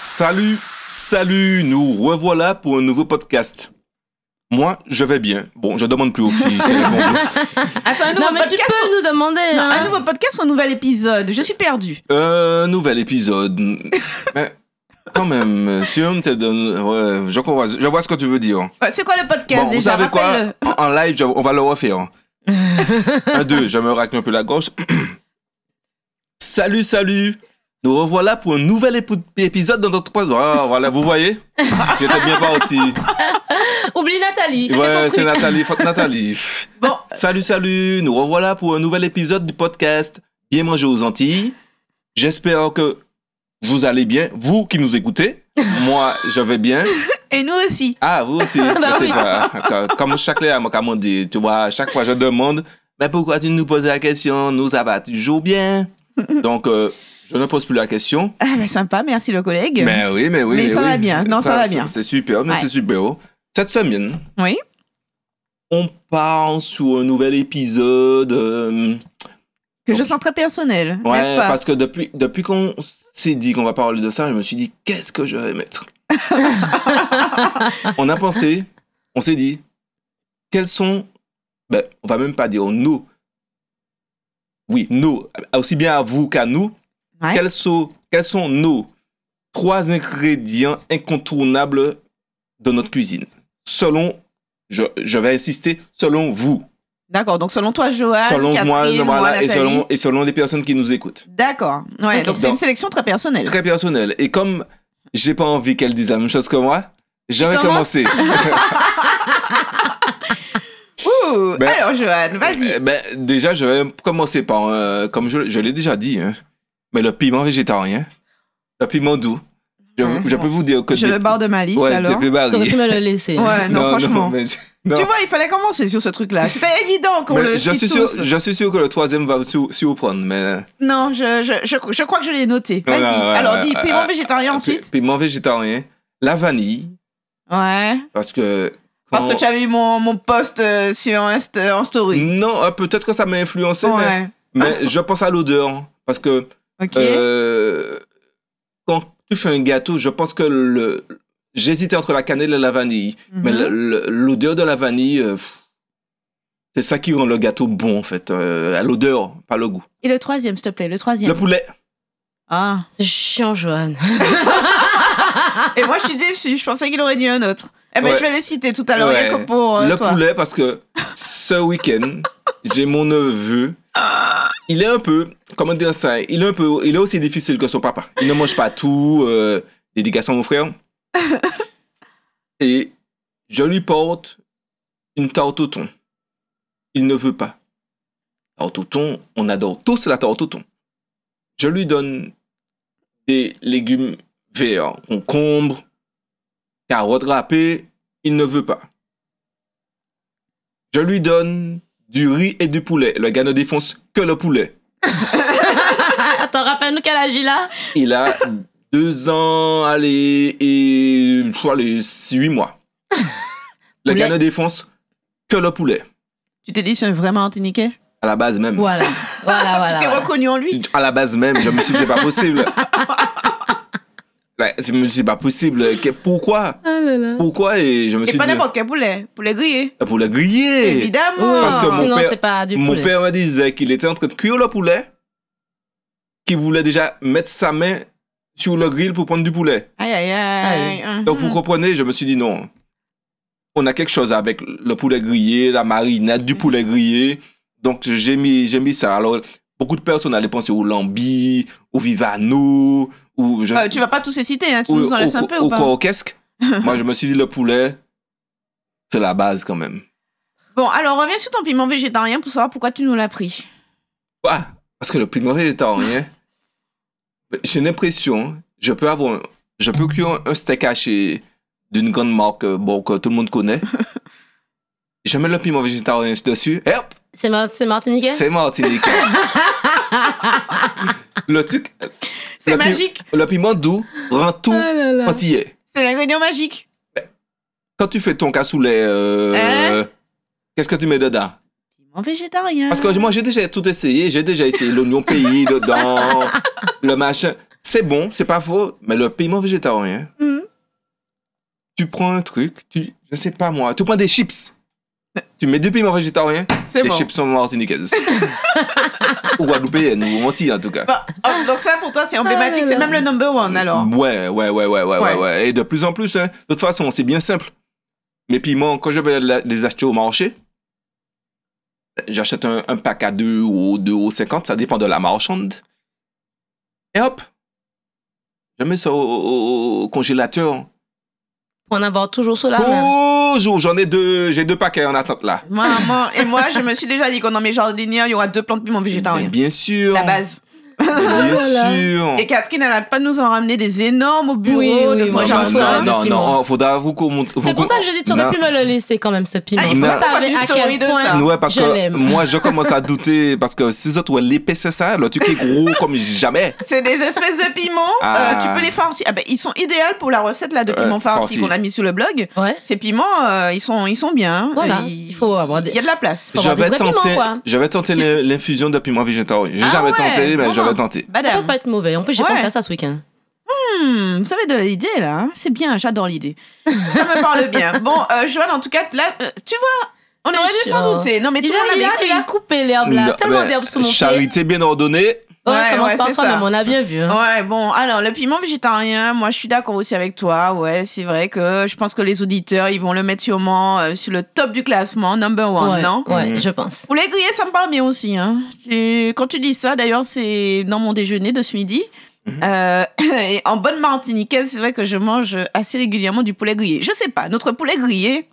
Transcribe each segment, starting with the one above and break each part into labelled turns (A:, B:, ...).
A: Salut, salut, nous revoilà pour un nouveau podcast. Moi, je vais bien. Bon, je demande plus aux filles. c'est répondu.
B: Attends, un nouveau
C: Non, mais tu
B: podcast.
C: peux nous demander.
B: ou-
C: hein.
B: Un nouveau podcast ou un nouvel épisode Je suis perdue.
A: Euh, nouvel épisode. Mais quand même, si on te donne, ouais, je vois, je vois ce que tu veux dire.
B: Ouais, C'est quoi le podcast
A: Bon, vous
B: déjà
A: savez quoi
B: Rappelle-le.
A: En en live, je- on va le refaire. un, deux, je me racle un peu la gauche. salut, salut. Nous revoilà pour un nouvel épo- épisode dans notre podcast. Ah, voilà, vous voyez J'étais bien parti.
C: Oublie Nathalie. fais ton
A: Ouais, c'est
C: truc.
A: Nathalie. faut- Nathalie.
B: Bon,
A: Salut, salut. Nous revoilà pour un nouvel épisode du podcast Bien manger aux Antilles. J'espère que vous allez bien. Vous qui nous écoutez, moi, je vais bien.
B: et nous aussi.
A: Ah, vous aussi,
C: Bah
A: je sais
C: oui.
A: pas. Co- Comme chaque fois, m'a commandé, tu vois, à chaque fois je demande, mais pourquoi tu nous poses la question Nous, ça va toujours bien. Donc, euh, je ne pose plus la question.
B: Ah, bah, sympa, merci le collègue.
A: Mais oui, mais oui.
B: Mais ça
A: oui.
B: va bien. Non, ça va bien.
A: C'est super, mais
B: Ouais.
A: c'est super. Cette semaine,
B: Oui.
A: on part sur un nouvel épisode. euh,
B: Que je sens très personnel,
A: ouais,
B: n'est-ce pas
A: parce que depuis, depuis qu'on s'est dit qu'on va parler de ça, je me suis dit, qu'est-ce que je vais mettre On a pensé, on s'est dit, quels sont. Ben, on va même pas dire nous. Oui, nous. Aussi bien à vous qu'à nous.
B: Ouais.
A: Quels, sont, quels sont nos trois ingrédients incontournables de notre cuisine Selon. Je, je vais insister, selon vous.
B: D'accord, donc selon toi, Johan,
A: selon
B: Catherine,
A: moi, voilà, et,
B: Nathalie.
A: selon, et selon les personnes qui nous écoutent.
B: D'accord, ouais,
C: Ok.
B: donc c'est
A: Donc-
B: une sélection très personnelle.
A: Très personnel. Et comme j'ai pas envie qu'elle dise la même chose que moi, j'avais
C: commences
A: commencé.
B: Ouh,
A: Ben-
B: alors Johan, Ah, vas-y.
A: Eh ben, déjà, je vais commencer par, euh, comme je, je l'ai déjà dit, hein, mais le piment végétarien, le piment doux. Je,
B: Ouais,
A: je
B: bon.
A: peux vous dire que...
B: Je
A: depuis-
B: le barre de ma liste
A: Ouais,
B: alors.
A: depuis Barry.
C: T'aurais pu me le laisser. hein.
B: Ouais, non, franchement.
A: mais je, non.
B: Tu vois, il fallait commencer sur ce truc-là. C'était évident qu'on
A: Mais
B: le
A: je, suis
B: cite tous.
A: sûr, je suis sûr que le troisième va sou- surprendre, mais... euh,
B: Non, je, je, je, je crois que je l'ai noté. Vas-y.
A: Ouais, ouais,
B: Alors,
A: ouais,
B: dis
A: ouais,
B: piment
A: ouais.
B: végétarien ensuite.
A: Piment végétarien, la vanille,
B: Ouais.
A: parce que...
B: Parce que
A: quand-
B: tu as vu mon, mon post euh, sur Insta, en story.
A: Non, euh, peut-être que ça m'a influencé, mais-
B: Ouais.
A: mais je pense à l'odeur, parce que...
B: Ok.
A: Euh, quand tu fais un gâteau, je pense que le j'hésitais entre la cannelle et la vanille,
B: Mhm.
A: mais le- le- l'odeur de la vanille, euh, pff, c'est ça qui rend le gâteau bon en fait, euh, à l'odeur, pas le goût.
C: Et le troisième, s'il te plaît, le troisième.
A: Le poulet,
B: Ah.
C: C'est chiant, Johan.
B: Et moi, je suis déçue. Je pensais qu'il aurait dit un autre. Eh ben,
A: Ouais.
B: je vais le citer tout à l'heure,
A: Ouais.
B: rien que pour euh,
A: le
B: toi.
A: poulet parce que ce week-end j'ai mon neveu. Il est un peu, comment dire ça, il est un peu, il est aussi difficile que son papa. Il ne mange pas tout, euh, dédicace à mon frère. Et je lui porte une tarte au thon. Il ne veut pas. Tarte au thon, on adore tous la tarte au thon. Je lui donne des légumes verts, concombres, carottes râpées, il ne veut pas. Je lui donne du riz et du poulet. Le gars ne défonce que le poulet.
B: Ah,
C: Attends, rappelle-nous qu'elle agit là.
A: Il a deux ans, allez, et pff, allez, six, huit mois. Le
C: Poulet.
A: gars ne défonce que le poulet.
B: Tu t'es dit, c'est vraiment martiniquais Ah,
A: À la base même.
C: Voilà, voilà, Ah, voilà.
B: Tu t'es
C: voilà.
B: reconnu en lui
A: À la base même, je me suis dit, c'est pas possible. Là, je me suis dit, c'est pas possible. Que- Pourquoi
C: Ah là là.
A: Pourquoi Et je me
B: Et
A: suis
B: pas
A: dit,
B: n'importe quel poulet. Poulet grillé.
A: le poulet grillé.
B: Évidemment.
A: Parce que mon
C: Oh, Sinon,
A: père-
C: c'est pas du
A: Mon
C: poulet.
A: père me disait qu'il était en train de cuire le poulet, qu'il voulait déjà mettre sa main sur le grill pour prendre du poulet.
B: Aïe, aïe, aïe. hein.
A: Donc vous comprenez, je me suis dit non. On a quelque chose avec le poulet grillé, la marinade
B: Mm.
A: du poulet grillé. Donc j'ai mis, j'ai mis ça. Alors beaucoup de personnes allaient penser au lambi, au vivano, ou je,
B: Euh, tu vas pas tous les citer, hein. tu
A: ou-
B: nous en
A: au-
B: laisses un peu
A: au
B: ou pas
A: coroquesque. Moi je me suis dit le poulet, c'est la base quand même.
B: Bon, alors reviens sur ton piment végétarien pour savoir pourquoi tu nous l'as pris.
A: Ah, parce que le primo végétarien, hein. j'ai l'impression, hein, je peux avoir, un- je peux cuire un steak haché d'une grande marque, euh, bon, que tout le monde connaît. Je mets le piment végétarien hein, dessus, et hop,
C: C'est mar- c'est hein? martiniquais
A: c'est martinique. le truc,
B: C'est
A: Le pi-
B: magique.
A: le piment doux rend tout
C: Ah là là.
A: entier.
B: C'est l'ingrédient magique.
A: Quand tu fais ton cassoulet, euh,
B: Hein?
A: qu'est-ce que tu mets dedans?
B: Piment végétarien.
A: Parce que moi, j'ai déjà tout essayé. J'ai déjà essayé l'oignon pays dedans, le machin. C'est bon, c'est pas faux, mais le paiement végétarien,
B: Mhm.
A: tu prends un truc, tu, je sais pas moi, tu prends des chips. Tu mets deux paiements végétariens,
B: C'est
A: les
B: bon.
A: chips sont martiniquaises. ou guadeloupéennes, ou mentir en tout cas.
B: Bon, hop, Bah, oh, donc ça pour toi c'est emblématique,
C: Ah là
B: c'est
C: là.
B: même le number one alors.
A: Ouais, ouais, ouais, ouais, ouais, ouais,
B: Ouais.
A: ouais. Et de plus en plus, hein. De toute façon, c'est bien simple. Mes piments, quand je vais la- les acheter au marché, j'achète un, un pack à 2 ou 2 ou 50, ça dépend de la marchande. Et hop, je mets ça au, au- au congélateur.
C: Pour en avoir toujours sous la
A: Oh,
C: main.
A: Bonjour, j'en ai deux, j'ai deux paquets en attente là.
B: Maman et moi je me suis déjà dit que dans mes jardinières il y aura deux plantes piments
A: Mais
B: végétariens.
A: bien sûr.
B: La base.
A: Bien
C: Voilà.
A: sûr.
B: Et Catherine elle a pas de nous en ramener des énormes au bureau
C: Oui, oui,
B: de son
C: moi, j'en
A: non,
C: fous,
A: non,
C: hein,
B: jardin.
A: non,
C: des
A: non, faudra vous commenter.
C: C'est pour ça que je dis, tu aurais
A: Non.
C: pu me le laisser quand même, ce piment.
B: Ah,
A: il faut
C: Vous
A: que ça
B: fasse
C: savez
B: une
C: à
B: story
C: quel
B: de
C: point
B: ça.
A: Ouais, parce
C: je
A: que
C: l'aime.
A: moi, je commence à douter, parce que ces autres, ouais, l'épais, c'est ça, le truc est gros comme jamais.
B: C'est des espèces de piments,
A: Ah.
B: euh, tu peux les farcir. Ah ben, ils sont idéaux pour la recette là de
A: Ouais,
B: piments farcis
A: farcis.
B: qu'on a mis sur le blog.
C: Ouais,
B: Ces piments, euh, ils sont, ils sont bien. hein.
C: voilà.
B: Ils-
C: Il faut avoir
B: Il
C: des...
B: y a de la place.
C: Faut avoir des
A: J'avais
C: vrais
A: tenté,
C: piments, quoi.
A: j'avais tenté l'in- l'infusion de piment végétarien. J'ai
B: Ah
A: jamais
B: ouais,
A: tenté, mais
B: vraiment.
A: j'avais tenté.
C: Ça
B: Madame,
C: peut pas être mauvais. En plus, j'ai
B: Ouais.
C: pensé à ça ce week-end.
B: hmm, vous avez de l'idée là. hein. C'est bien, j'adore l'idée. Ça me parle bien. Bon, euh, Joanne, en tout cas, là, euh, tu vois, on
C: C'est
B: aurait dû
C: chiant.
B: s'en douter. Non, mais tout
C: Il
B: le monde
C: a, il,
B: l'avait
C: a, il a
B: écrit.
C: coupé l'herbe là.
A: Non,
C: Tellement
A: mais
C: d'herbe sous mon pied.
A: Charité bien ordonnée.
C: Ouais,
B: Ouais,
C: commence
B: ouais,
C: par
B: c'est
C: soi,
B: ça.
C: mais on a bien vu. hein.
B: Ouais, bon, alors le piment végétarien, moi je suis d'accord aussi avec toi. Ouais, c'est vrai que je pense que les auditeurs, ils vont le mettre sûrement euh, sur le top du classement, number one,
C: ouais,
B: non
C: ouais,
A: Mhm.
C: je pense.
B: Poulet grillé, ça me parle bien aussi. Hein. Tu- Quand tu dis ça, d'ailleurs, c'est dans mon déjeuner de ce midi.
A: Mhm.
B: Euh, et en bonne martiniquaise, c'est vrai que je mange assez régulièrement du poulet grillé. Je sais pas, notre poulet grillé,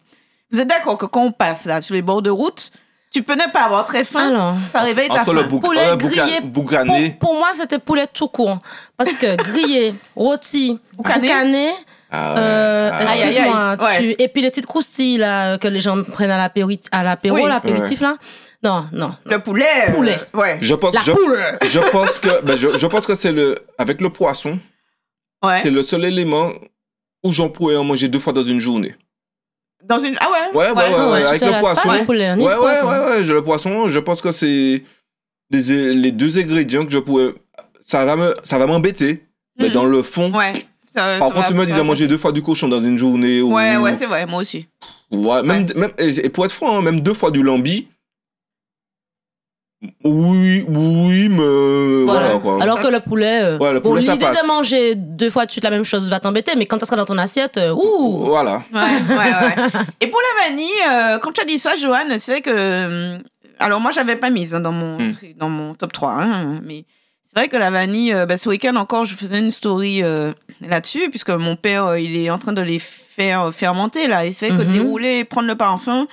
B: vous êtes d'accord que quand on passe là sur les bords de route, tu peux ne pas avoir très faim,
C: Alors,
B: ça réveille ta
A: Entre le
B: faim.
A: bouc-
C: Poulet
A: euh, bouca-
C: grillé, pour,
A: boucané.
C: pour moi, c'était poulet tout court. Parce que grillé, rôti,
B: Boucané.
C: boucané,
A: Ah ouais.
C: euh,
A: Ah ouais.
B: aïe, aïe,
C: excuse-moi,
B: aïe.
C: tu- et puis les petites croustilles là, euh, que les gens prennent à l'apéro, à l'apéro,
B: Oui.
C: l'apéritif là. Non, non.
B: Le poulet. euh,
C: Poulet.
B: ouais.
A: Je pense,
C: La
A: je, je pense que, ben, je, je pense que c'est le, avec le poisson,
B: Ouais.
A: c'est le seul élément où j'en pourrais en manger deux fois dans une journée.
B: Dans une. Ah ouais.
A: Ouais, ouais, ouais,
C: Non,
A: ouais,
C: tu
A: avec
C: te
A: le
C: lasses
A: poisson.
C: Pas, du poulet, ni
A: Ouais,
C: du
A: ouais, ouais,
C: poisson.
A: ouais, je- le poisson, je pense que c'est les, les deux ingrédients que je pourrais. Ça va me, ça va m'embêter, mais
B: Mhm.
A: dans le fond.
B: Ouais. Ça-
A: Par
B: ça
A: contre,
B: va-
A: tu me
B: ça
A: dis
B: va
A: de manger deux fois du cochon dans une journée.
B: passer.
A: Ou,
B: Ouais, ouais, c'est vrai, moi aussi.
A: Ouais, même, même- et et pour être franc, hein, même deux fois du lambi. Oui, oui, mais. Voilà,
C: Voilà.
A: quoi.
C: Alors que le poulet, euh,
A: Ouais, le
C: bon,
A: poulet, ça
C: l'idée
A: passe.
C: de manger deux fois de suite la même chose va t'embêter, mais quand ça sera dans ton assiette, euh, ouh,
A: Voilà.
B: Ouais, ouais, ouais. Et pour la vanille, euh, quand tu as dit ça, Johan, c'est vrai que. hum, Alors, moi, j'avais pas mise hein, dans, mon,
A: Hmm.
B: tri- dans mon top 3. hein, mais c'est vrai que la vanille, euh, bah, ce week-end encore, je faisais une story euh, là-dessus, puisque mon père, euh, il est en train de les faire euh, fermenter, là. Et c'est vrai que
C: Mhm.
B: dérouler, prendre le parfum,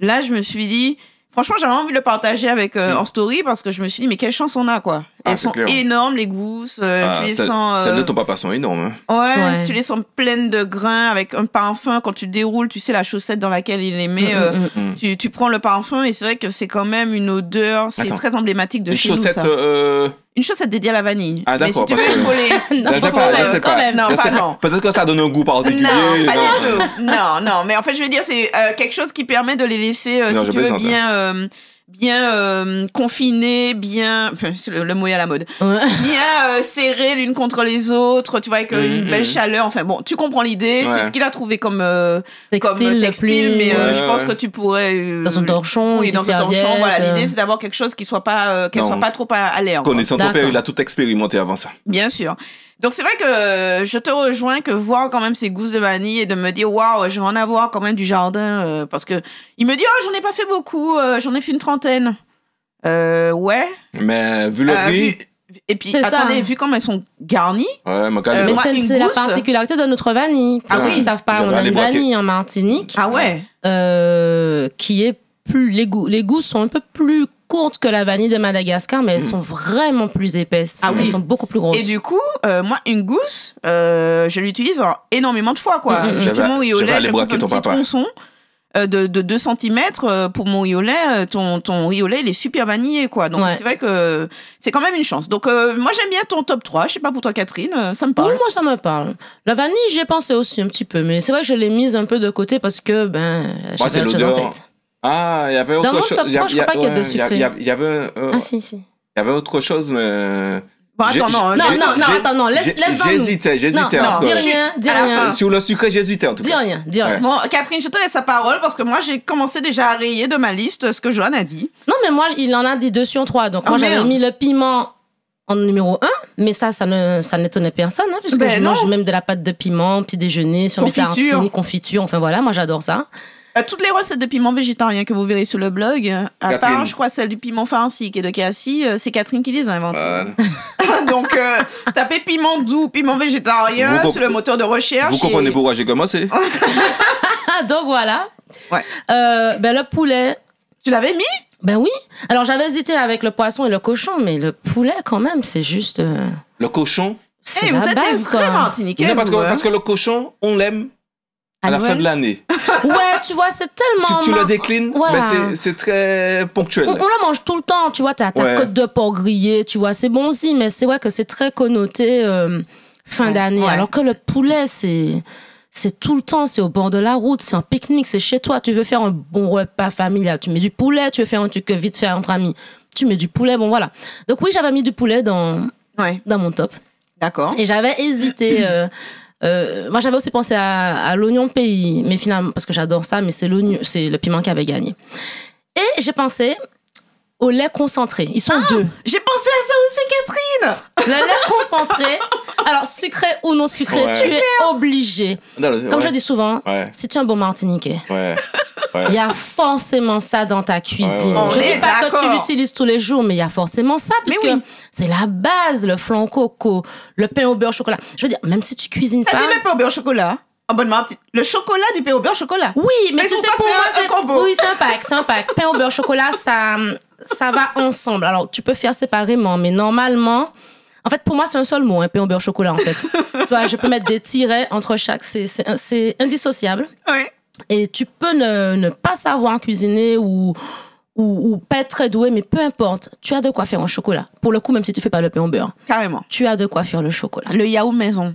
B: là, je me suis dit. Franchement, j'avais envie de le partager avec euh,
A: Hmm.
B: en story parce que je me suis dit, mais quelle chance on a, quoi.
A: Ah,
B: Elles
A: c'est
B: sont
A: clair.
B: énormes, les gousses. euh,
A: Ah,
B: tu les
A: celles-
B: sens.
A: Celles-là,
B: euh,
A: ton papa sont énormes. hein.
B: Ouais,
C: Ouais.
B: tu les sens pleines de grains avec un parfum. Quand tu déroules, tu sais la chaussette dans laquelle il les met.
C: Mm,
B: euh,
C: mm, mm.
B: tu, tu prends le parfum et c'est vrai que c'est quand même une odeur. C'est
A: Attends.
B: très emblématique de
A: Une
B: chez nous,
A: chaussette.
B: ça.
A: euh,
B: Une chaussette dédiée à la vanille.
A: Ah,
B: Mais si
A: d'accord,
B: tu veux,
A: parce
B: il faut les-
C: Non,
A: je sais
C: quand
A: pas, je
C: même,
A: sais
C: quand
A: pas.
C: même.
B: Non,
A: je
B: pas
A: sais pas.
B: non.
A: Peut-être que ça donne un goût particulier.
B: Non, pas
A: non.
B: du tout. Non, non. Mais en fait, je veux dire, c'est euh, quelque chose qui permet de les laisser, euh,
A: Non,
B: si
A: je
B: tu veux,
A: plaisante,
B: bien, euh, bien euh, confinés, bien. C'est le, le mot est à la mode.
C: Ouais.
B: bien euh, serrées l'une contre les autres, tu vois, avec euh,
A: Mhm,
B: une belle
A: mhm.
B: chaleur. Enfin bon, tu comprends l'idée.
A: Ouais.
B: C'est ce qu'il a trouvé comme, euh, comme
C: Textile,
B: textile,
C: plume,
B: mais euh,
A: Ouais,
B: je pense
A: ouais.
B: que tu pourrais. euh,
C: dans son torchon,
B: oui,
C: une
B: dans
C: petite
B: un torchon.
C: serviette,
B: Voilà,
C: euh.
B: l'idée, c'est d'avoir quelque chose qui soit pas, euh, qu'elle
A: Non.
B: soit pas trop à, à l'air. quoi.
A: Connaissant ton
C: D'accord.
A: père, il a tout expérimenté avant ça.
B: Bien sûr. Donc c'est vrai que euh, je te rejoins que voir quand même ces gousses de vanille et de me dire waouh, je vais en avoir quand même du jardin euh, parce que il me dit oh j'en ai pas fait beaucoup, euh, j'en ai fait une trentaine. Euh, ouais.
A: Mais vu le
B: Euh,
A: prix,
B: vu- et puis
C: C'est ça.
B: attendez, vu comment elles sont garnies,
A: ouais, mais quand
B: Euh,
A: même.
C: Mais
B: moi,
C: c'est
B: une
C: c'est la
B: gousse.
C: particularité de notre vanille. Pour
B: Ah
C: ceux
B: oui.
C: qui savent pas,
A: J'avais
C: on a
A: allé
C: une
A: braquer.
C: vanille en Martinique
B: ah ouais.
C: euh, qui est plus les goûts. Les goûts sont un peu plus courtes que la vanille de Madagascar, mais elles
A: Mm.
C: sont vraiment plus épaisses.
B: Hmm. Ah
C: elles
B: oui.
C: sont beaucoup plus grosses.
B: Et du coup, euh, moi, une gousse, euh, je l'utilise en- énormément de fois, quoi.
C: Mm, mm, mm.
B: Je fais
A: J'avais-
B: mon riz au
A: j'avais
B: lait,
A: allé
B: je coupe un
A: braquer ton
B: petit
A: papa.
B: tronçon euh, de, de 2 cm pour mon riz au lait. euh, Ton, ton riz au lait, il est super vanillé, quoi. Donc,
C: Ouais.
B: c'est vrai que c'est quand même une chance. Donc, euh, moi, j'aime bien ton top 3. Je sais pas pour toi, Catherine, euh, ça me
C: Oui,
B: parle.
C: moi ça me parle. La vanille, j'y ai pensé aussi un petit peu, mais c'est vrai que je l'ai mise un peu de côté parce que ben
A: Moi, c'est
C: j'avais autre chose en
A: l'odeur.
C: tête.
A: Ah, il y avait autre
C: mon
A: chose.
C: top
A: Il y a-
C: trois, je
A: il y a-
C: crois pas qu'il y ait de
A: ouais, il y a-
C: sucré.
A: Il y a- il y avait un- euh,
C: Ah si si.
A: il y avait autre chose, mais.
B: Bon, attends,
A: J'ai-
B: non.
C: Non,
B: je-
A: J'ai-
C: non, non,
A: j'ai-
C: attends, non, laisse-
A: j'ai-
C: laisse-en nous.
A: J'hésitais, j'hésitais
C: non,
A: entre.
C: dis
B: euh,
C: rien, dis
B: à la
C: rien.
B: fin.
A: Sur le sucré, j'hésitais en tout
C: Dis
A: cas.
C: rien, dis rien.
B: Bon, Catherine, je te laisse la parole parce que moi, j'ai commencé déjà à rayer de ma liste ce que Joanne a dit.
C: Non, mais moi, il en a dit deux sur trois. Donc,
B: Ah,
C: moi, j'avais
B: merde.
C: mis le piment en numéro un, mais ça, ça ne, ça n'étonnait personne, hein, puisque
B: Ben
C: je
B: non.
C: mange même de la pâte de piment, petit déjeuner, sur mes
B: Confiture.
C: tartines, confiture. Enfin, voilà, moi, j'adore ça.
B: Euh, toutes les recettes de piment végétarien que vous verrez sur le blog, euh, à
A: Catherine.
B: part, je crois, celle du piment farci et de cassis, euh, c'est Catherine qui les a inventées.
A: Voilà.
B: Donc, euh, tapez piment doux, piment végétarien
A: Vous comp-
B: sur le moteur de recherche.
A: Vous
B: et-
A: comprenez pourquoi j'ai commencé
C: Ah, donc, voilà.
B: Ouais.
C: Euh, ben, le poulet.
B: Tu l'avais mis
C: Ben oui. Alors, j'avais hésité avec le poisson et le cochon, mais le poulet, quand même, c'est juste. euh,
A: Le cochon.
C: c'est
B: Eh,
C: la
B: Vous êtes
C: base,
B: des
C: quoi.
B: vrais Martiniquais.
A: Non, parce que,
B: vous, hein.
A: parce que le cochon, on l'aime à la
B: Noël.
A: fin de l'année.
C: Ouais, tu vois, c'est
A: Tu,
C: tellement.
A: tu le
C: mar-
A: déclines,
C: Ah, Voilà.
A: ben, c'est- c'est très ponctuel.
C: on, on la mange tout le temps, tu vois, t'as ta
A: Ouais.
C: côte de porc grillée, tu vois, c'est bon aussi, mais c'est vrai que c'est très connoté euh, fin
B: Ouais,
C: d'année.
B: ouais.
C: Alors que le poulet, c'est c'est tout le temps, c'est au bord de la route, c'est un pique-nique, c'est chez toi. Tu veux faire un bon repas familial, tu mets du poulet, tu veux faire un truc vite fait entre amis, tu mets du poulet, bon voilà. Donc oui, j'avais mis du poulet dans,
B: hein. Ouais,
C: dans mon top.
B: d'accord.
C: Et j'avais hésité. euh, euh, moi, j'avais aussi pensé à, à l'oignon pays, mais finalement, parce que j'adore ça, mais c'est l'oignon, c'est le piment qui avait gagné. Et j'ai pensé au lait concentré. Ils sont deux.
B: J'ai pensé à ça aussi, Catherine
C: Le lait concentré. Alors, sucré ou non sucré,
A: Ouais.
C: tu es obligé.
A: Non, le-
C: Comme
A: ouais.
C: je dis souvent,
A: Ouais,
C: si tu es un bon Martiniquais,
A: ouais.
C: il y a forcément ça dans ta cuisine.
A: Ouais, ouais,
C: Je
B: ouais.
C: ne dis
B: On
C: pas
B: est
C: que tu
B: d'accord.
C: l'utilises tous les jours, mais il y a forcément ça,
B: Mais
C: puisque
B: oui.
C: c'est la base, le flan coco, le pain au beurre au chocolat. Je veux dire, même si tu cuisines
B: T'as
C: pas...
B: dit le pain au beurre au chocolat En bonne Martinique. Le chocolat du pain au beurre au chocolat.
C: Oui, mais,
B: Mais
C: tu
B: pour
C: sais,
B: toi,
C: pour
B: c'est
C: moi,
B: un- un
C: c'est
B: combo.
C: Oui, c'est un pack, c'est un pack. Pain au beurre chocolat, ça, ça va ensemble. Alors, tu peux faire séparément, mais normalement, en fait, pour moi, c'est un seul mot, un pain au beurre chocolat, en fait. tu vois, je peux mettre des tirets entre chaque, c'est- c'est c'est indissociable.
B: Ouais.
C: Et tu peux ne, ne pas savoir cuisiner ou, ou, ou pas être très doué, mais peu importe, tu as de quoi faire un chocolat. Pour le coup, même si tu fais pas le pain au beurre,
B: Carrément.
C: tu as de quoi faire le chocolat.
B: Le yaourt maison.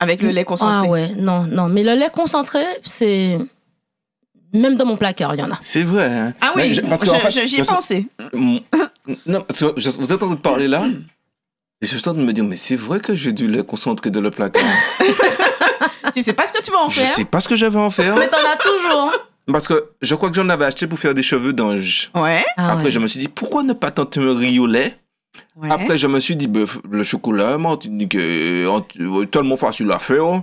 B: Avec le lait
C: Ah
B: concentré.
C: ouais, non, non. Mais le lait concentré, c'est... Même dans mon placard, il y en a.
A: C'est vrai. hein.
B: Ah oui,
A: Mais je- parce que, en
B: je-
A: fait,
B: je- j'y ai
A: parce-
B: pensé.
A: Mm. Non, parce que je- vous êtes en train de parler là, et je suis en train de me dire, mais c'est vrai que j'ai dû le concentrer dans le placard.
B: Tu sais pas ce que tu vas en
A: je
B: faire
A: sais pas ce que j'avais en faire.
C: Mais t'en as toujours. hein.
A: Parce que je crois que j'en avais acheté pour faire des cheveux d'ange.
B: Ouais.
C: Ah
A: Après,
C: ouais.
A: je me suis dit, pourquoi ne pas tenter un riz au lait
B: ouais.
A: Après, je me suis dit, bah, le chocolat, moi, tu dis que euh, tellement facile à faire.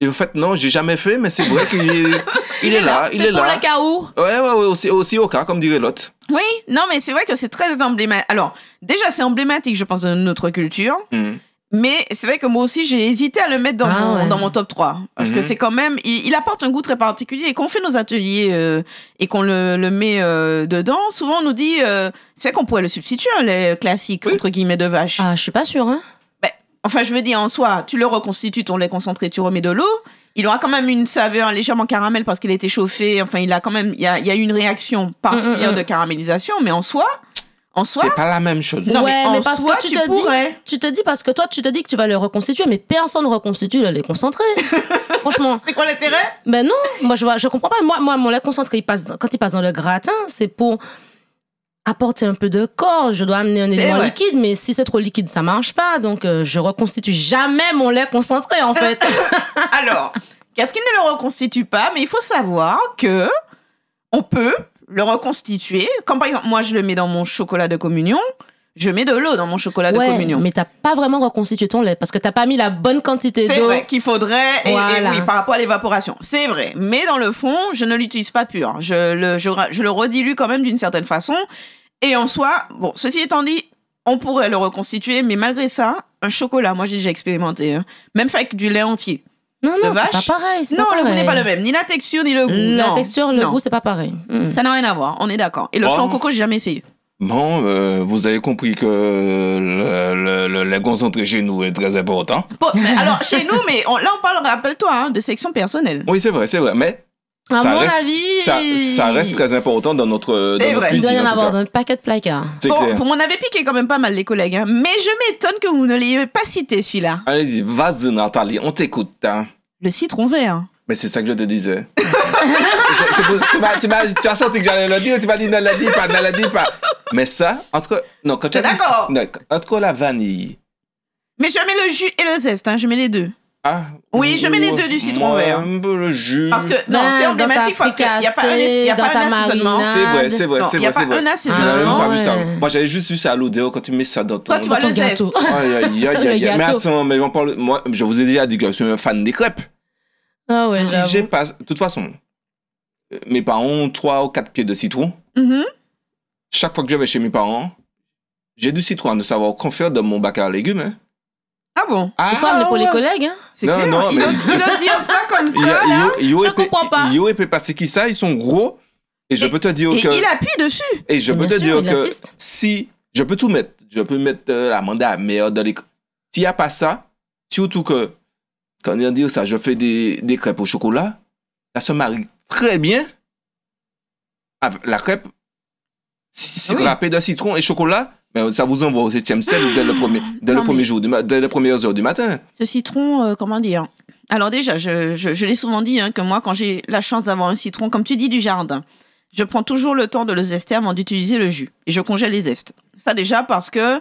A: Et en fait, non, j'ai jamais fait, mais c'est vrai qu'il est, il est là, Ah, il
C: C'est
A: est
C: pour
A: là.
C: le cas où.
A: Ouais, ouais, ouais, aussi, aussi au cas, comme dirait l'autre.
B: Oui, non, mais c'est vrai que c'est très emblématique. Alors, déjà, c'est emblématique, je pense, de notre culture.
A: Mm.
B: Mais c'est vrai que moi aussi, j'ai hésité à le mettre dans,
C: Ah
B: mon,
C: ouais.
B: dans mon top 3. Parce que
A: Mhm.
B: c'est quand même. Il, il apporte un goût très particulier. Et qu'on fait nos ateliers euh, et qu'on le, le met euh, dedans, souvent on nous dit. euh, c'est vrai qu'on pourrait le substituer, hein, les classiques, entre guillemets, de vache.
C: Ah, je suis pas sûre, hein.
B: Enfin, je veux dire, en soi, tu le reconstitues, ton lait concentré, tu remets de l'eau. Il aura quand même une saveur hein, légèrement caramel parce qu'il a été chauffé. Enfin, il a quand même. Il y a, il y a eu une réaction particulière
C: Mm, mm, mm.
B: de caramélisation. Mais en soi. En soi.
A: C'est pas la même chose.
B: Non,
C: Ouais,
B: mais, en
C: mais parce
B: soi,
C: que tu
B: tu,
C: te dis-
B: pourrais.
C: Tu te dis parce que toi, tu te dis que tu vas le reconstituer, mais personne ne reconstitue le lait concentré. Franchement,
B: C'est quoi l'intérêt
C: ben non, moi je vois, je comprends pas. Moi, moi mon lait concentré, il passe, quand il passe dans le gratin, c'est pour apporter un peu de corps. Je dois amener un élément
B: vrai.
C: liquide, mais si c'est trop liquide, ça marche pas. Donc, euh, je reconstitue jamais mon lait concentré, en fait.
B: Alors, Catherine ne le reconstitue pas, mais il faut savoir que on peut le reconstituer. Comme par exemple, moi, je le mets dans mon chocolat de communion. Je mets de l'eau dans mon chocolat de
C: ouais,
B: communion.
C: mais t'as pas vraiment reconstitué ton lait parce que t'as pas mis la bonne quantité
B: C'est
C: d'eau.
B: vrai qu'il faudrait, et, et
C: Voilà.
B: oui, par rapport à l'évaporation, c'est vrai. Mais dans le fond, je ne l'utilise pas pur. Je le, je, ra- je le redilue quand même d'une certaine façon. Et en soi, bon, ceci étant dit, on pourrait le reconstituer, mais malgré ça, un chocolat, moi j'ai déjà expérimenté, hein. même fait avec du lait entier.
C: Non, non,
B: de
C: c'est pas
B: vache.
C: pareil. c'est
B: Non,
C: pas
B: le goût n'est pas
C: pareil.
B: le même, ni la texture, ni le goût.
C: La
B: Non.
C: texture, le
B: Non.
C: goût, c'est pas pareil. Mm.
B: Ça n'a rien à voir, on est d'accord. Et le
A: Oh.
B: flan coco, j'ai jamais essayé.
A: Bon, euh, vous avez compris que le, le, le, le concentré chez nous est très hein. important.
B: Bon, mais alors, chez nous, mais on- là, on parle, rappelle-toi, hein, de section personnelle.
A: Oui, c'est vrai, c'est vrai. Mais
C: À
A: Ça
C: mon
A: reste-
C: avis,
A: ça, ça reste très important dans notre, euh, dans
B: C'est
A: notre
B: vrai.
C: il
A: cuisine.
C: doit y en
A: en tout
C: avoir
A: cas.
C: un paquet de placards.
A: C'est
B: Bon,
A: clair.
B: Oh, vous m'en avez piqué quand même pas mal, les collègues, hein. mais je m'étonne que vous ne l'ayez pas cité, celui-là.
A: Allez-y, vas-y, Nathalie, on t'écoute. hein.
B: Le citron vert.
A: Mais c'est ça que je te disais. Je- c'est pour- tu, m'as, tu, m'as- tu as senti que j'allais le dire, tu m'as dit ne le dis pas, ne le dis pas. Mais ça, entre. Non, quand tu as dit.
B: D'accord.
A: non, entre la vanille
B: Mais je mets le jus et le zeste, hein, je mets les deux.
A: Ah,
B: Oui, je mets les deux du citron
A: moi,
B: vert.
A: un peu le jus.
B: Parce que, non,
C: Ben,
B: c'est
C: dans ta
B: emblématique parce qu'il n'y a pas un,
C: fricassée,
B: y a
C: dans
B: pas
C: ta
B: un assaisonnement.
C: marinade.
A: C'est vrai, c'est vrai,
B: Non,
A: c'est
B: y a
A: vrai. c'est
B: pas
A: vrai.
B: un
A: Je n'avais même
B: assaisonnement. euh.
A: pas vu ça.
C: ouais.
A: Moi, j'avais juste vu ça à l'odéo quand tu mets ça dans ton.
B: Toi, tu vois
C: Dans
B: le
C: ton gâteau.
B: zeste.
A: Aïe, aïe, aïe,
C: Le
A: aïe, aïe. Mais
C: gâteau.
A: attends, mais on parle. Moi, je vous ai déjà dit que je suis un fan des crêpes.
C: Ah ouais,
A: si
C: j'avoue.
A: j'ai pas. De toute façon, euh, mes parents ont 3 ou 4 pieds de citron.
B: Mhm.
A: Chaque fois que je vais chez mes parents, j'ai du citron à ne savoir qu'en faire dans mon bac à légumes. hein.
B: Ah bon
A: Ah,
C: Des fois, mais pour les
A: ouais.
C: collègues, hein.
B: C'est
A: Non,
B: clair.
A: non,
B: il,
A: mais-
B: ose, il ose dire ça comme ça,
A: Il y a-
B: là.
A: Yo- Yo
C: Je
A: et Pe-
C: comprends pas.
A: Yo et Peppa, c'est qui ça Ils sont gros. Et je
B: Et-
A: peux te dire
B: Et
A: que.
B: il appuie dessus.
A: Et je
C: Mais
A: peux
C: bien
A: te dire
C: sûr, il
A: que
C: assiste.
A: si je peux tout mettre, je peux mettre euh, la manda meilleure dans les. S'il n'y a pas ça, surtout que quand on dire ça, je fais des, des crêpes au chocolat, ça se marie très bien avec la crêpe si- si
B: Ah oui.
A: râpée de citron et chocolat. Mais ça vous envoie au septième ciel dès le premier, dès
B: Ah, Non,
A: le premier
B: mais-
A: jour, du ma- dès les premières heures du matin.
B: Ce citron, euh, comment dire Alors déjà, je, je, je l'ai souvent dit hein, que moi, quand j'ai la chance d'avoir un citron, comme tu dis, du jardin, je prends toujours le temps de le zester avant d'utiliser le jus. Et je congèle les zestes. Ça déjà parce que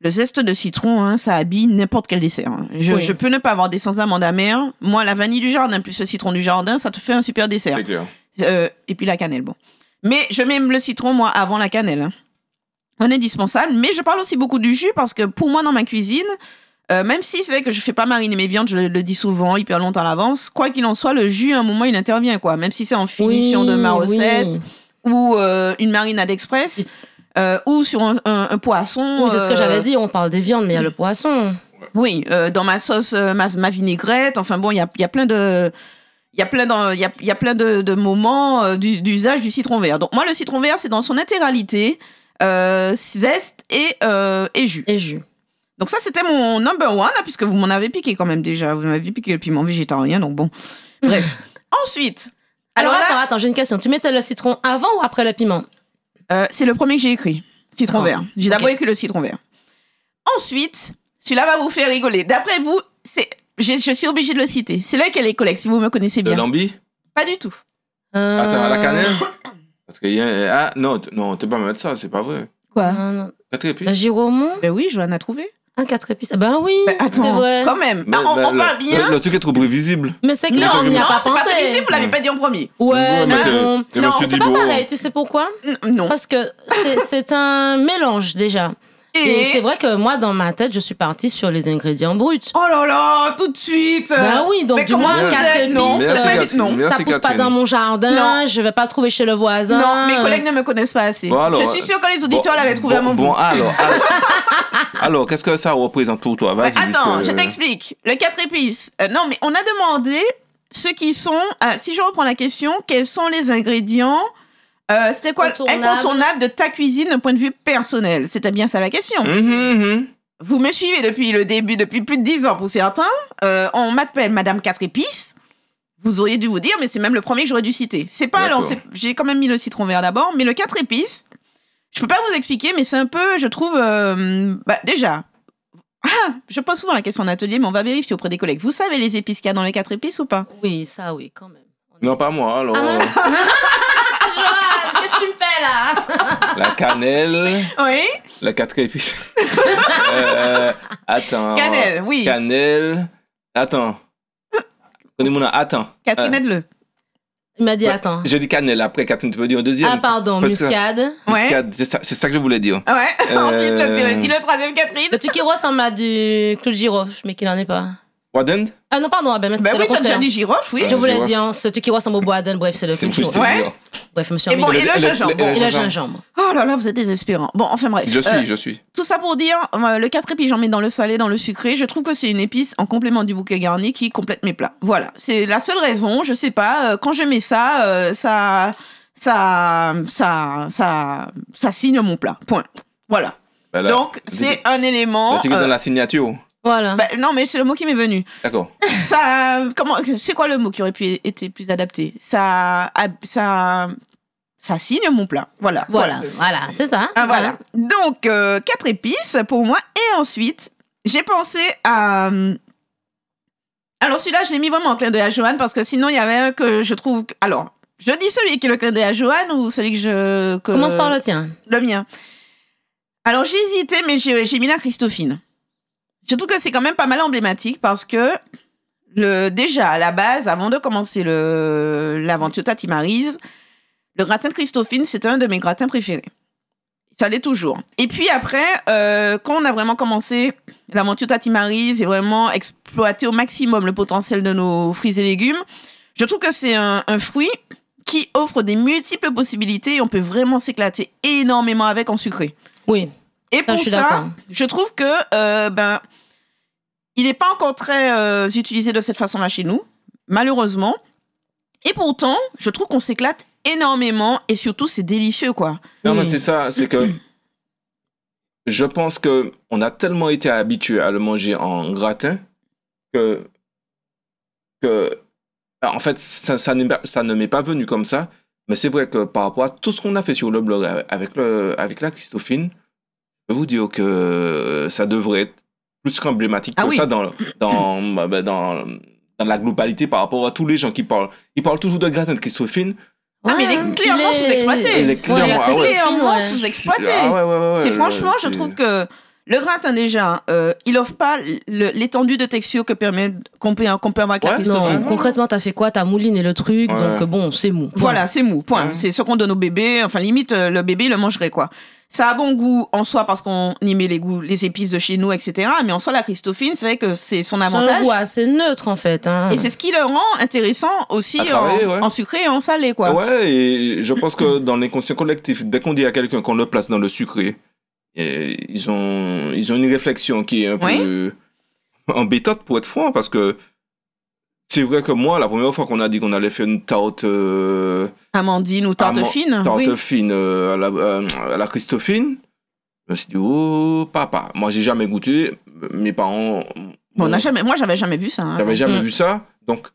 B: le zeste de citron, hein, ça habille n'importe quel dessert. hein. Je,
C: Oui.
B: je peux ne pas avoir des sans amandes amères. Moi, la vanille du jardin plus le citron du jardin, ça te fait un super dessert.
A: clair.
B: Euh, et puis la cannelle, bon. Mais je mets le citron, moi, avant la cannelle. hein. Un indispensable. Mais je parle aussi beaucoup du jus parce que pour moi, dans ma cuisine, euh, même si c'est vrai que je fais pas mariner mes viandes, je le, le dis souvent, hyper longtemps à l'avance, quoi qu'il en soit, le jus, à un moment, il intervient, quoi. Même si c'est en finition de ma
C: Oui, oui.
B: recette ou euh, une marinade express. euh, ou sur un, un- un poisson.
C: Oui, c'est ce que
B: euh,
C: j'allais dire. On parle des viandes, mais il y a le poisson.
B: oui, euh, dans ma sauce, euh, ma, ma vinaigrette. Enfin bon, il y a, il y a plein de, il y a plein d'en- il y a, il y a plein de, de moments euh, du- d'usage du citron vert. Donc moi, le citron vert, c'est dans son intégralité, euh, zeste et euh, et jus.
C: Et jus.
B: Donc ça, c'était mon number one, hein, puisque vous m'en avez piqué quand même déjà. Vous m'avez piqué le piment végétarien, donc bon. Bref. Ensuite,
C: Alors,
B: alors,
C: attends,
B: là,
C: attends, j'ai une question. Tu mettais le citron avant ou après le piment
B: euh, c'est le premier que j'ai écrit, citron
C: Ah,
B: vert. J'ai
C: ok.
B: d'abord écrit le citron vert. Ensuite, celui-là va vous faire rigoler. D'après vous, c'est, j'ai- je suis obligée de le citer. C'est lequel est collègue, si vous me connaissez
A: Le
B: bien
A: lambi
B: Pas du tout.
C: Euh,
A: Attends, la cannelle Parce qu'il y a. Ah, non, t- non, t'es pas mettre ça, c'est pas vrai.
B: Quoi
C: Euh, Non, non.
A: Quatre épices.
C: Le giromon
B: Ben oui, Joanne a trouvé.
C: Un quatre épices. Ah Ben oui,
B: Ben
C: c'est
B: attends,
C: vrai.
B: quand même.
A: Mais-
B: Ah, on
A: mais
B: on
A: le-
B: parle bien.
A: Le, le truc est trop prévisible.
C: Mais c'est que
A: Non,
C: là, on n'y a
B: non,
C: pas
B: c'est pas prévisible,
C: pensé.
B: vous l'avez pas dit en premier.
A: mais
C: Ouais, mais
A: c'est-
C: bon.
A: je me
B: Non,
A: suis
C: C'est
A: dit,
C: pas
A: bon,
C: pareil, tu sais pourquoi
B: N- Non.
C: Parce que c'est- c'est un mélange déjà. Et c'est vrai que moi, dans ma tête, je suis partie sur les ingrédients bruts.
B: Oh là là, tout de suite.
C: Ben oui, donc
B: Euh, Mais
C: du
B: comment
C: moins,
A: vous
C: quatre
B: êtes Non,
C: épices,
B: c'est
A: Merci,
B: vrai,
C: euh,
A: Catherine.
B: non.
A: Merci,
C: ça pousse pas
A: Catherine.
C: dans mon jardin,
B: Non.
C: je vais pas trouver chez le voisin.
B: Non, mes collègues ne me connaissent pas assez.
A: Bon, alors, euh,
B: je suis sûre que les auditeurs
A: Bon,
B: l'avaient trouvé
A: bon,
B: à mon
A: Bon,
B: bout.
A: alors, alors, alors, qu'est-ce que ça représente pour toi Vas-y.
B: Ouais, attends,
A: puisque-
B: je t'explique. Le 4 épices. Euh, non, mais on a demandé ceux qui sont. ah, si je reprends la question, quels sont les ingrédients euh, C'était quoi
C: Incontournables.
B: incontournable de ta cuisine d'un point de vue personnel C'était bien ça la question.
A: Mhm, mhm.
B: Vous me suivez depuis le début, depuis plus de 10 ans pour certains. Euh, on m'appelle Madame 4 épices. Vous auriez dû vous dire, mais c'est même le premier que j'aurais dû citer. C'est pas alors,
A: D'accord.
B: c'est- j'ai quand même mis le citron vert d'abord, mais le 4 épices, je peux pas vous expliquer, mais c'est un peu, je trouve, euh, bah, déjà. Ah, je pose souvent la question en atelier, mais on va vérifier auprès des collègues. Vous savez les épices qu'il y a dans les 4 épices ou pas
C: Oui, ça oui, quand même.
A: Non, pas moi.
B: Oh.
A: Alors,
C: Ah mince Joanne, qu'est-ce que tu me fais là
A: la cannelle,
B: Oui,
A: la quatre épices. Euh, attends.
B: cannelle, oui.
A: Cannelle. Attends. Connais-moi là, Attends.
B: Catherine,
A: Euh,
B: aide-le.
C: Il m'a dit,
A: Ouais.
C: attends.
A: je dis cannelle. Après, Catherine, tu peux dire un deuxième.
C: Ah pardon,
A: Parce que-
C: muscade.
B: Ouais,
A: Muscade, c'est ça- c'est ça que je voulais dire.
B: ouais. Ensuite,
A: Euh,
B: le, dis le troisième, Catherine.
C: Le truc qui ressemble à du Claude Girofle, mais qu'il n'en est pas.
A: What end
C: Ah non, pardon, ah ben, mais
B: Ben
C: c'était
B: oui,
C: le
B: tu as déjà
C: contraire.
B: dit girofle, oui.
C: Je voulais
A: Girofle.
C: dire, hein, ce truc qui ressemble au bois d'âne, bref, c'est le
A: C'est
C: Claude
A: plus
C: Girofle.
B: Ouais.
A: dur.
C: Bref, monsieur
B: Et bon,
A: Le-
B: et le
A: le-
B: gingembre,
A: le-
B: bon.
C: Et le
A: gingembre.
C: gingembre.
B: Oh là là, vous êtes désespérant. Bon, enfin bref.
A: Je
B: Euh,
A: suis, je suis.
B: Tout ça pour dire, euh, le 4 épices, j'en mets dans le salé, dans le sucré. Je trouve que c'est une épice en complément du bouquet garni qui complète mes plats. Voilà, c'est la seule raison. Je sais pas, euh, quand je mets ça, euh, ça, ça, ça, ça, ça signe mon plat. Point. Voilà.
A: Ben là,
B: Donc,
A: le
B: c'est
A: truc-
B: un élément.
A: Le truc est dans
B: euh,
A: Bah, la signature.
C: Voilà.
B: bah, non, mais c'est le mot qui m'est venu.
A: D'accord.
B: Ça, comment, c'est quoi le mot qui aurait pu été plus adapté Ça, ça, ça signe mon plat. Voilà.
C: Voilà, voilà, c'est ça.
B: Ah, voilà. Donc, euh, quatre épices pour moi. Et ensuite, j'ai pensé à. euh, Alors, celui-là, je l'ai mis vraiment en clin d'œil à Joanne parce que sinon, il y avait un que je trouve. Alors, je dis celui qui est le clin d'œil à Joanne ou celui que je. que-
C: Commence par le tien.
B: le mien. Alors, j'ai hésité, mais j'ai j'ai mis la Christophine. Je trouve que c'est quand même pas mal emblématique parce que le, déjà, à la base, avant de commencer le, l'aventure Tati Maryse, le gratin de Christophine, c'était un de mes gratins préférés. Ça l'est toujours. Et puis après, euh, quand on a vraiment commencé l'aventure Tati Maryse et vraiment exploité au maximum le potentiel de nos fruits et légumes, je trouve que c'est un, un fruit qui offre des multiples possibilités et on peut vraiment s'éclater énormément avec en sucré.
C: Oui.
B: Et
C: Ça,
B: pour
C: je suis
B: ça,
C: d'accord.
B: je trouve que euh, ben, il n'est pas encore très euh, utilisé de cette façon-là chez nous, malheureusement. Et pourtant, je trouve qu'on s'éclate énormément et surtout c'est délicieux quoi.
A: Non,
C: Oui.
A: mais c'est ça, c'est que je pense que on a tellement été habitué à le manger en gratin que, que bah, en fait, ça, ça, n'est pas- ça ne m'est pas venu comme ça. Mais c'est vrai que par rapport à tout ce qu'on a fait sur le blog avec, le, avec la Christophine, je peux vous dire que ça devrait être plus qu'emblématique
B: Ah
A: que
B: oui.
A: ça dans, le- dans, bah, bah, dans, dans la globalité par rapport à tous les gens qui parlent. Ils parlent toujours de gratin de Christophine.
B: Ah, mais il est clairement sous-exploité.
A: Il est clairement- ah ouais.
B: C'est vraiment sous-exploité.
A: Ah ouais, ouais, ouais, ouais,
B: c'est
A: le-
B: franchement, je
A: c'est-
B: trouve que le gratin déjà, euh, il offre pas le- l'étendue de texture que permet qu'on peut qu'on peut avoir avec la
A: Ouais,
C: Non,
B: Christophine.
A: Christophe.
C: concrètement, t'as fait quoi T'as mouliné le truc,
A: Ouais.
C: donc bon, c'est mou.
B: Voilà, c'est mou, point.
A: Ouais.
B: C'est ce qu'on donne au bébé. Enfin, limite, euh, le bébé, il le mangerait, quoi. Ça a bon goût en soi parce qu'on y met les goûts, les épices de chez nous, etc. Mais en soi, la Christophine, c'est vrai que c'est son
C: C'est un
B: avantage.
C: goût assez neutre, en fait. hein.
B: Et c'est ce qui le rend intéressant aussi
A: À
B: en,
A: travailler, ouais. Ah
B: en sucré et en salé, quoi.
A: Ouais, et je pense que dans l'inconscient collectif, dès qu'on dit à quelqu'un qu'on le place dans le sucré, eh, ils ont, ils ont une réflexion qui est un peu embêtante pour être franc, parce que c'est vrai que moi, la première fois qu'on a dit qu'on allait faire une tarte, euh,
B: Amandine ou tarte
A: Amand-
B: fine.
A: tarte
B: Ah oui.
A: fine euh, à, la, euh, à la Christophine, je me suis dit, oh papa, moi j'ai jamais goûté, mes parents.
B: Bon, on
A: m'ont-
B: n'a jamais, moi, j'avais jamais vu ça. hein.
A: j'avais jamais
C: Mm.
A: vu ça. Donc,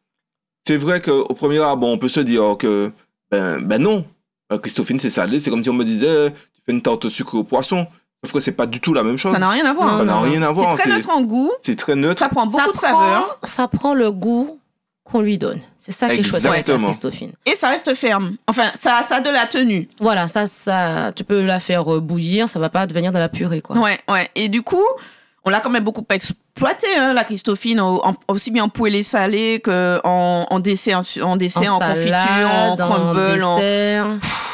A: c'est vrai qu'au premier abord, on peut se dire que, ben, ben non, Euh, Christophine, c'est salé. C'est comme si on me disait, euh, tu fais une tarte sucrée au poisson. Sauf que c'est pas du tout la même chose.
B: Ça n'a rien à voir.
A: Ça
C: Ah Non,
A: n'a
C: non.
A: rien à voir.
B: c'est très
A: C'est-
B: neutre en goût.
A: C'est très neutre.
B: Ça prend beaucoup de
C: prend-
B: saveur
C: Ça prend le goût qu'on lui donne. C'est ça qui est chouette avec la
A: Exactement.
C: Christophine.
B: et ça reste ferme. Enfin, ça, ça a de la tenue.
C: Voilà, ça, ça, tu peux la faire euh, bouillir, ça va pas devenir de la purée, quoi.
B: Ouais, ouais. Et du coup, on l'a quand même beaucoup exploité, hein, la Christophine, au- en- aussi bien en poêlée salée que en, en dessert, en, dessert, en, confiture, en
C: salade,
B: crumble. en-
C: dessert.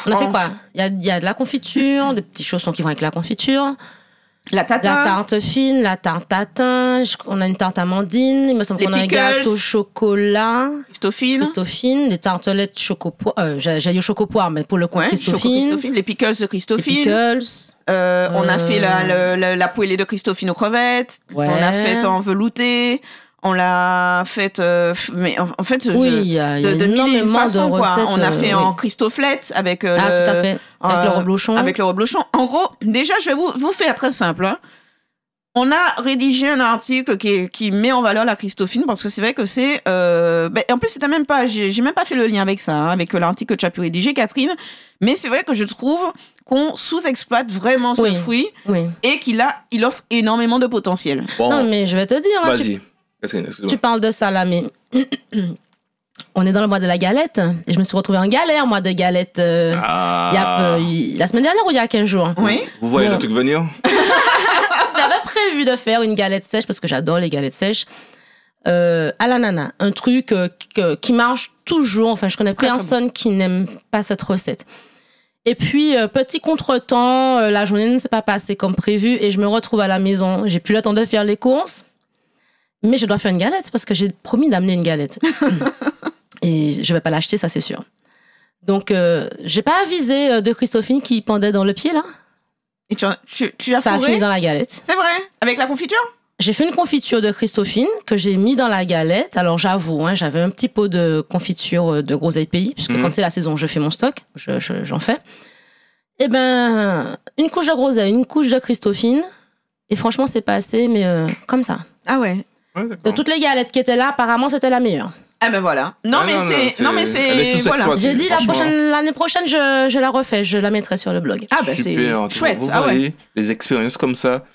C: On a
B: en-
C: fait quoi Il y a, il y a de la confiture, des petits chaussons qui vont avec la confiture,
B: La
C: la
B: tata.
C: tarte fine, la tarte tatin, je- on a une tarte amandine, il me semble
B: Des
C: qu'on a un
B: pickles.
C: gâteau au chocolat,
B: Christophine.
C: Christophine, des tartelettes chocopoire, euh, j'ai- j'allais au chocopoire, mais pour le coup,
B: Ouais, choco
C: Christophine,
B: Christophine, les pickles de
C: des
B: Christophine.
C: pickles.
B: Euh, on a
C: Euh.
B: fait la, le- le- la poêlée de Christophine aux crevettes.
C: Ouais.
B: On l'a faite en velouté. On l'a faite. euh, f- mais en, en fait, je-
C: Oui, il y a, il y
B: de,
C: a
B: de mille et une
C: énormément
B: façons,
C: de
B: quoi.
C: recettes.
B: On a
C: euh,
B: fait
C: oui.
B: en Christoflette avec euh,
C: Ah,
B: le-
C: tout à fait. Avec
B: euh,
C: le reblochon.
B: avec le reblochon. En gros, déjà, je vais vous, vous faire très simple. hein. On a rédigé un article qui, qui met en valeur la Christophine parce que c'est vrai que c'est. euh, ben, en plus, c'était même pas. J'ai j'ai même pas fait le lien avec ça, hein, avec l'article que tu as pu rédiger, Catherine. Mais c'est vrai que je trouve qu'on sous-exploite vraiment ce
C: Oui.
B: fruit
C: Oui.
B: et qu'il a, il offre énormément de potentiel.
A: Bon,
C: Non, mais je vais te dire, hein, tu,
A: vas-y. Catherine, excuse-moi.
C: tu parles de ça là, mais on est dans le mois de la galette. Et je me suis retrouvée en galère, moi, de galette. euh,
A: Ah.
C: il y a, euh, il- la semaine dernière ou il y a 15 jours
B: Oui.
A: Vous voyez le
C: Bon.
A: truc venir
C: J'avais prévu de faire une galette sèche parce que j'adore les galettes sèches. Euh, à l'ananas, un truc euh, que- qui marche toujours. Enfin, je connais
B: Très, très
C: personne qui n'aime pas cette recette. Et puis, euh, petit contretemps, euh, la journée ne s'est pas passée comme prévu et je me retrouve à la maison. J'ai plus le temps de faire les courses, mais je dois faire une galette parce que j'ai promis d'amener une galette. et je vais pas l'acheter, ça c'est sûr. Donc, euh, j'ai pas avisé euh, de Christophine qui pendait dans le pied là.
B: Et tu, as- tu, tu as
C: Ça a
B: fourré
C: fini dans la galette.
B: C'est vrai. Avec la confiture
C: J'ai fait une confiture de Christophine que j'ai mis dans la galette. Alors j'avoue, hein, j'avais un petit pot de confiture euh, de groseille pays, puisque
A: Mhm.
C: quand c'est la saison, je fais mon stock, je- je- j'en fais. Eh ben, une couche de groseille, une couche de Christophine. Et franchement, c'est passé, mais euh, comme ça.
B: Ah ouais.
A: Ouais,
C: De
A: d'accord.
C: toutes les galettes qui étaient là, apparemment, c'était la meilleure.
B: Ah ben voilà. Non,
A: Ah, non,
B: mais
A: non,
B: c'est. Non, mais
A: elle est
B: c'est.
A: sous-exploitée,
B: Voilà.
C: J'ai dit la
A: franchement.
C: prochaine- l'année prochaine, je, je la refais, je la mettrai sur le blog.
B: Ah ben c'est
A: Super, tu vois,
B: chouette.
A: vous
B: Ah ouais.
A: voyez, les expériences comme ça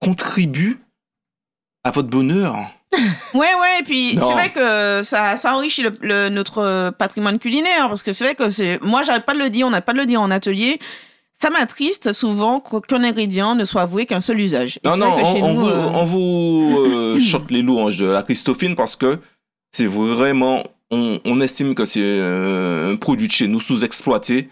A: contribuent à votre bonheur.
B: Ouais, ouais, et puis
A: Non.
B: c'est vrai que ça, ça enrichit le, le- notre euh, patrimoine culinaire, parce que c'est vrai que c'est. Moi, j'arrête pas de le dire, on n'a pas de le dire en atelier. ça m'attriste souvent qu'au- qu'un ingrédient ne soit avoué qu'un seul usage. Et
A: Non,
B: c'est
A: non,
B: vrai que chez
A: on, on
B: nous,
A: vous,
B: euh,
A: on vous, euh, chante les louanges de la Christophine parce que c'est vraiment. On, on estime que c'est euh, un produit de chez nous sous-exploité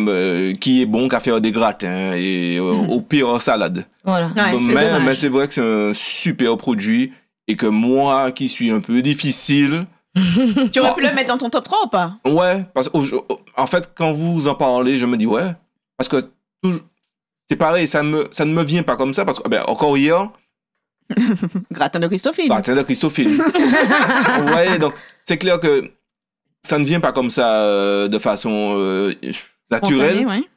A: euh, qui est bon qu'à faire des gratins et euh, au pire en salade.
C: Voilà.
B: Mm. Ouais,
A: Donc,
B: c'est
A: mais
C: dommage.
A: mais c'est vrai que c'est un super produit et que moi qui suis un peu difficile.
B: Tu aurais pu le mettre dans ton top 3 ou pas
A: Ouais, parce que au- au- en fait, quand vous en parlez, je me dis ouais, parce que tout- c'est pareil, ça, me, ça ne me vient pas comme ça parce que, ah ben, encore hier,
B: Gratin de Christophine.
A: Bah, t'es là, Christophine. ouais, donc c'est clair que ça ne vient pas comme ça euh, de façon euh, naturelle,
B: Spontané, ouais.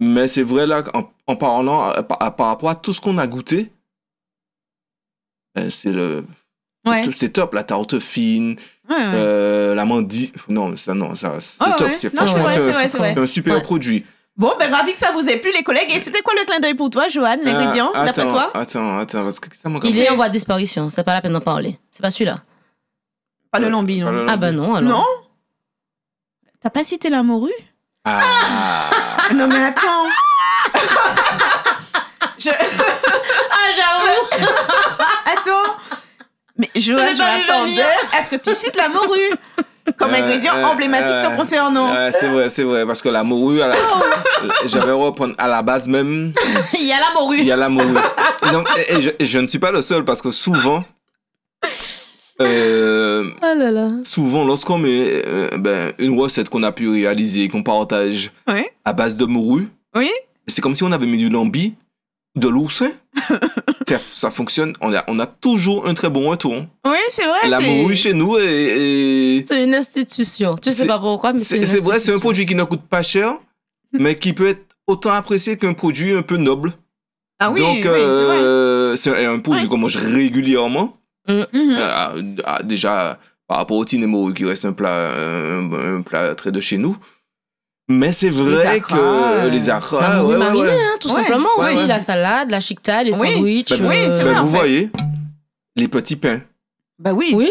A: mais c'est vrai là qu'en en parlant à- par- à- par rapport à tout ce qu'on a goûté, euh, c'est le
B: Ouais.
A: tout- c'est top la tarte fine,
B: Ouais, ouais.
A: euh, la mandi, non ça non ça c'est
B: Ouais,
A: top,
B: ouais.
A: c'est
B: Non, c'est
A: franchement
B: vrai,
A: c'est
B: c'est
A: un-
B: vrai, c'est vrai.
A: c'est un super
C: Ouais.
A: produit.
B: Bon, ben ravi que ça vous ait plu, les collègues. Et c'était quoi le clin d'œil pour toi, Johan, l'ingrédient,
A: Euh,
B: d'après
A: attends,
B: toi
A: Attends attends parce que ça manque.
C: Il
A: un-
C: est en voie de disparition, c'est pas la peine d'en parler. C'est pas celui-là.
B: Pas le lambi,
A: euh, pas
B: non
A: le
C: Ah bah non, alors.
B: Non T'as pas cité la morue
A: Ah.
B: Non, mais attends Je-
C: Ah j'avoue
B: Attends Mais Johan,
C: J'avais
B: je
C: pas vu
B: m'attendais
C: venir.
B: à ce que tu cites la morue comme
A: Euh,
B: ingrédient
A: euh,
B: emblématique te
A: euh,
B: concernant.
A: Ouais, c'est vrai, c'est vrai, parce que la morue, à la- j'avais reprendre à la base même,
C: Il y a la
A: il
C: morue.
A: y a la morue. Non, et, et je, et je ne suis pas le seul, parce que souvent, euh,
C: Oh là là.
A: souvent lorsqu'on met euh, ben, une recette qu'on a pu réaliser et qu'on partage
B: Oui.
A: à base de morue,
B: Oui.
A: c'est comme si on avait mis du lambi, de l'oursin. ça, ça fonctionne, on a, on a toujours un très bon retour. hein.
B: Oui, c'est vrai.
A: la
B: Ah, c'est-
A: morue chez nous, est- est-
C: C'est une institution. Tu sais
A: C'est-
C: pas pourquoi, mais
A: C'est
C: c'est une
A: c'est vrai, c'est un
C: institution.
A: produit qui ne coûte pas cher, mais qui peut être autant apprécié qu'un produit un peu noble.
B: Ah oui,
A: Donc,
B: oui,
A: euh, c'est un, un produit
B: Ouais.
A: qu'on mange régulièrement.
B: c'est vrai. Mhm.
A: Euh, ah, ah, déjà, par rapport au tinémo, qui reste un plat, euh, un, un plat très de chez nous. Mais c'est vrai
B: acras,
A: que
B: euh,
A: les acras,
C: La
A: ouais,
C: morue
A: ouais,
C: marinée,
A: ouais.
C: hein, tout
B: Ouais,
C: simplement
A: ouais,
C: aussi.
A: ouais.
C: La salade, la chicta, les
B: Oui.
C: sandwichs. euh,
A: Ben,
B: oui, c'est
A: Ben,
B: vrai, en
A: vous
B: fait.
A: voyez, les petits pains.
B: Bah oui.
C: Oui.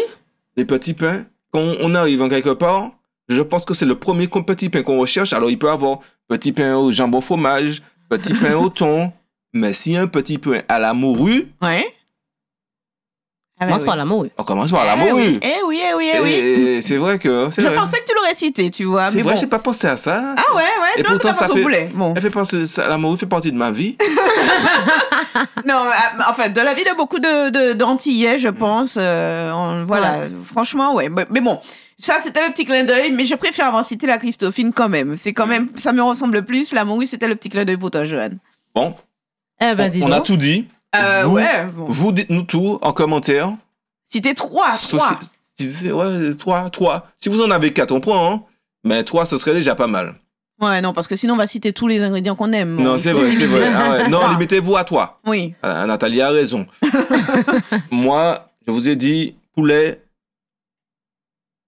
A: Les petits pains, quand on arrive en quelque part, je pense que c'est le premier com- petit pain qu'on recherche. Alors, il peut avoir petit pain au jambon fromage, petit pain au thon. Mais si un petit pain à la morue,
B: Ouais. Ah bah
C: Commence
B: oui.
C: par la morue.
A: on commence par Ah, la
B: Eh oui,
A: morue.
B: Eh oui, eh oui, eh oui.
A: Et- et C'est vrai que. C'est
B: Je
A: vrai.
B: pensais que tu l'aurais cité, tu vois.
A: C'est
B: Mais
A: vrai,
B: bon.
A: j'ai pas pensé à ça.
B: Ah ouais, ouais,
A: Et
B: non,
A: pourtant,
B: t'as
A: ça
B: pensé au
A: fait-
B: poulet. Bon.
A: Elle fait penser, ça, la morue fait partie de ma vie.
B: Non, euh, enfin, de la vie de beaucoup de, de- d'Antillais, je pense. euh, on- voilà, franchement, ouais. Mais, mais bon, ça, c'était le petit clin d'œil, mais je préfère avoir cité la Christophine quand même. C'est quand même, ça me ressemble plus. La morue, c'était le petit clin d'œil pour toi, Johan.
A: Bon,
C: Eh ben, dis
A: on a
C: donc.
A: tout dit.
B: Euh,
A: Vous-
B: ouais, bon.
A: Vous dites-nous tout en commentaire.
B: Citer trois, Ah, trois.
A: Soci- si- Ouais, trois, trois. Si vous en avez quatre, on prend, hein. Mais trois, ce serait déjà pas mal.
B: Ouais, non, parce que sinon, on va citer tous les ingrédients qu'on aime.
A: Non,
B: Il
A: c'est
B: faut
A: vrai,
B: se
A: c'est vrai.
B: limiter.
A: Ah ouais. Non,
B: Trois.
A: limitez-vous à toi.
B: Oui.
A: Ah, Nathalie a raison. Moi, je vous ai dit poulet,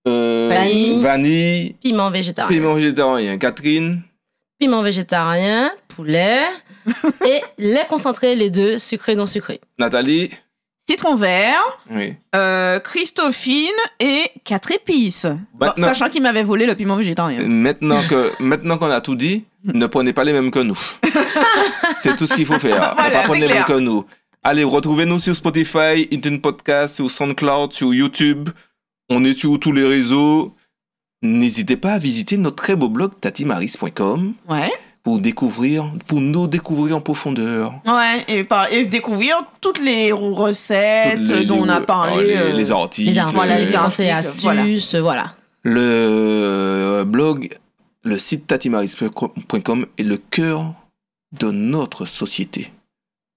A: euh,
C: Vanille.
A: vanille,
C: Piment
B: Ah.
C: végétarien.
A: piment végétarien. Catherine,
C: Piment végétarien, poulet. et lait concentré, les deux, sucré, non sucré.
A: Nathalie,
B: Citron vert,
A: oui.
B: euh, Christophine et quatre épices. Bon,
A: Maintenant-
B: sachant qu'il m'avait volé le piment végétarien.
A: Maintenant que maintenant qu'on a tout dit, ne prenez pas les mêmes que nous. c'est tout ce qu'il faut faire.
B: Voilà,
A: ne pas prendre
B: c'est
A: les mêmes
B: clair.
A: que nous. Allez, retrouvez-nous sur Spotify, iTunes Podcast, sur SoundCloud, sur YouTube. On est sur tous les réseaux. N'hésitez pas à visiter notre très beau blog tatimaris.com
B: Ouais.
A: pour découvrir, pour nous découvrir en profondeur.
B: Ouais, et, par- et découvrir toutes les recettes
A: Toutes les-
B: dont on a
A: les- oh,
B: parlé.
A: Les,
B: euh,
A: les articles.
C: Les armes,
B: Voilà,
C: les
B: les
C: conseils,
B: articles,
C: astuces, voilà.
A: Le euh, blog, le site tatimaris.com est le cœur de notre société.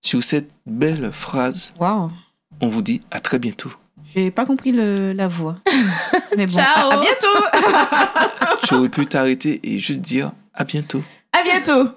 A: Sur cette belle phrase,
B: Waouh,
A: on vous dit à très bientôt.
B: j'ai pas compris le- la voix. Mais bon,
C: Ciao.
B: à- à bientôt
A: J'aurais pu t'arrêter et juste dire à bientôt.
B: À bientôt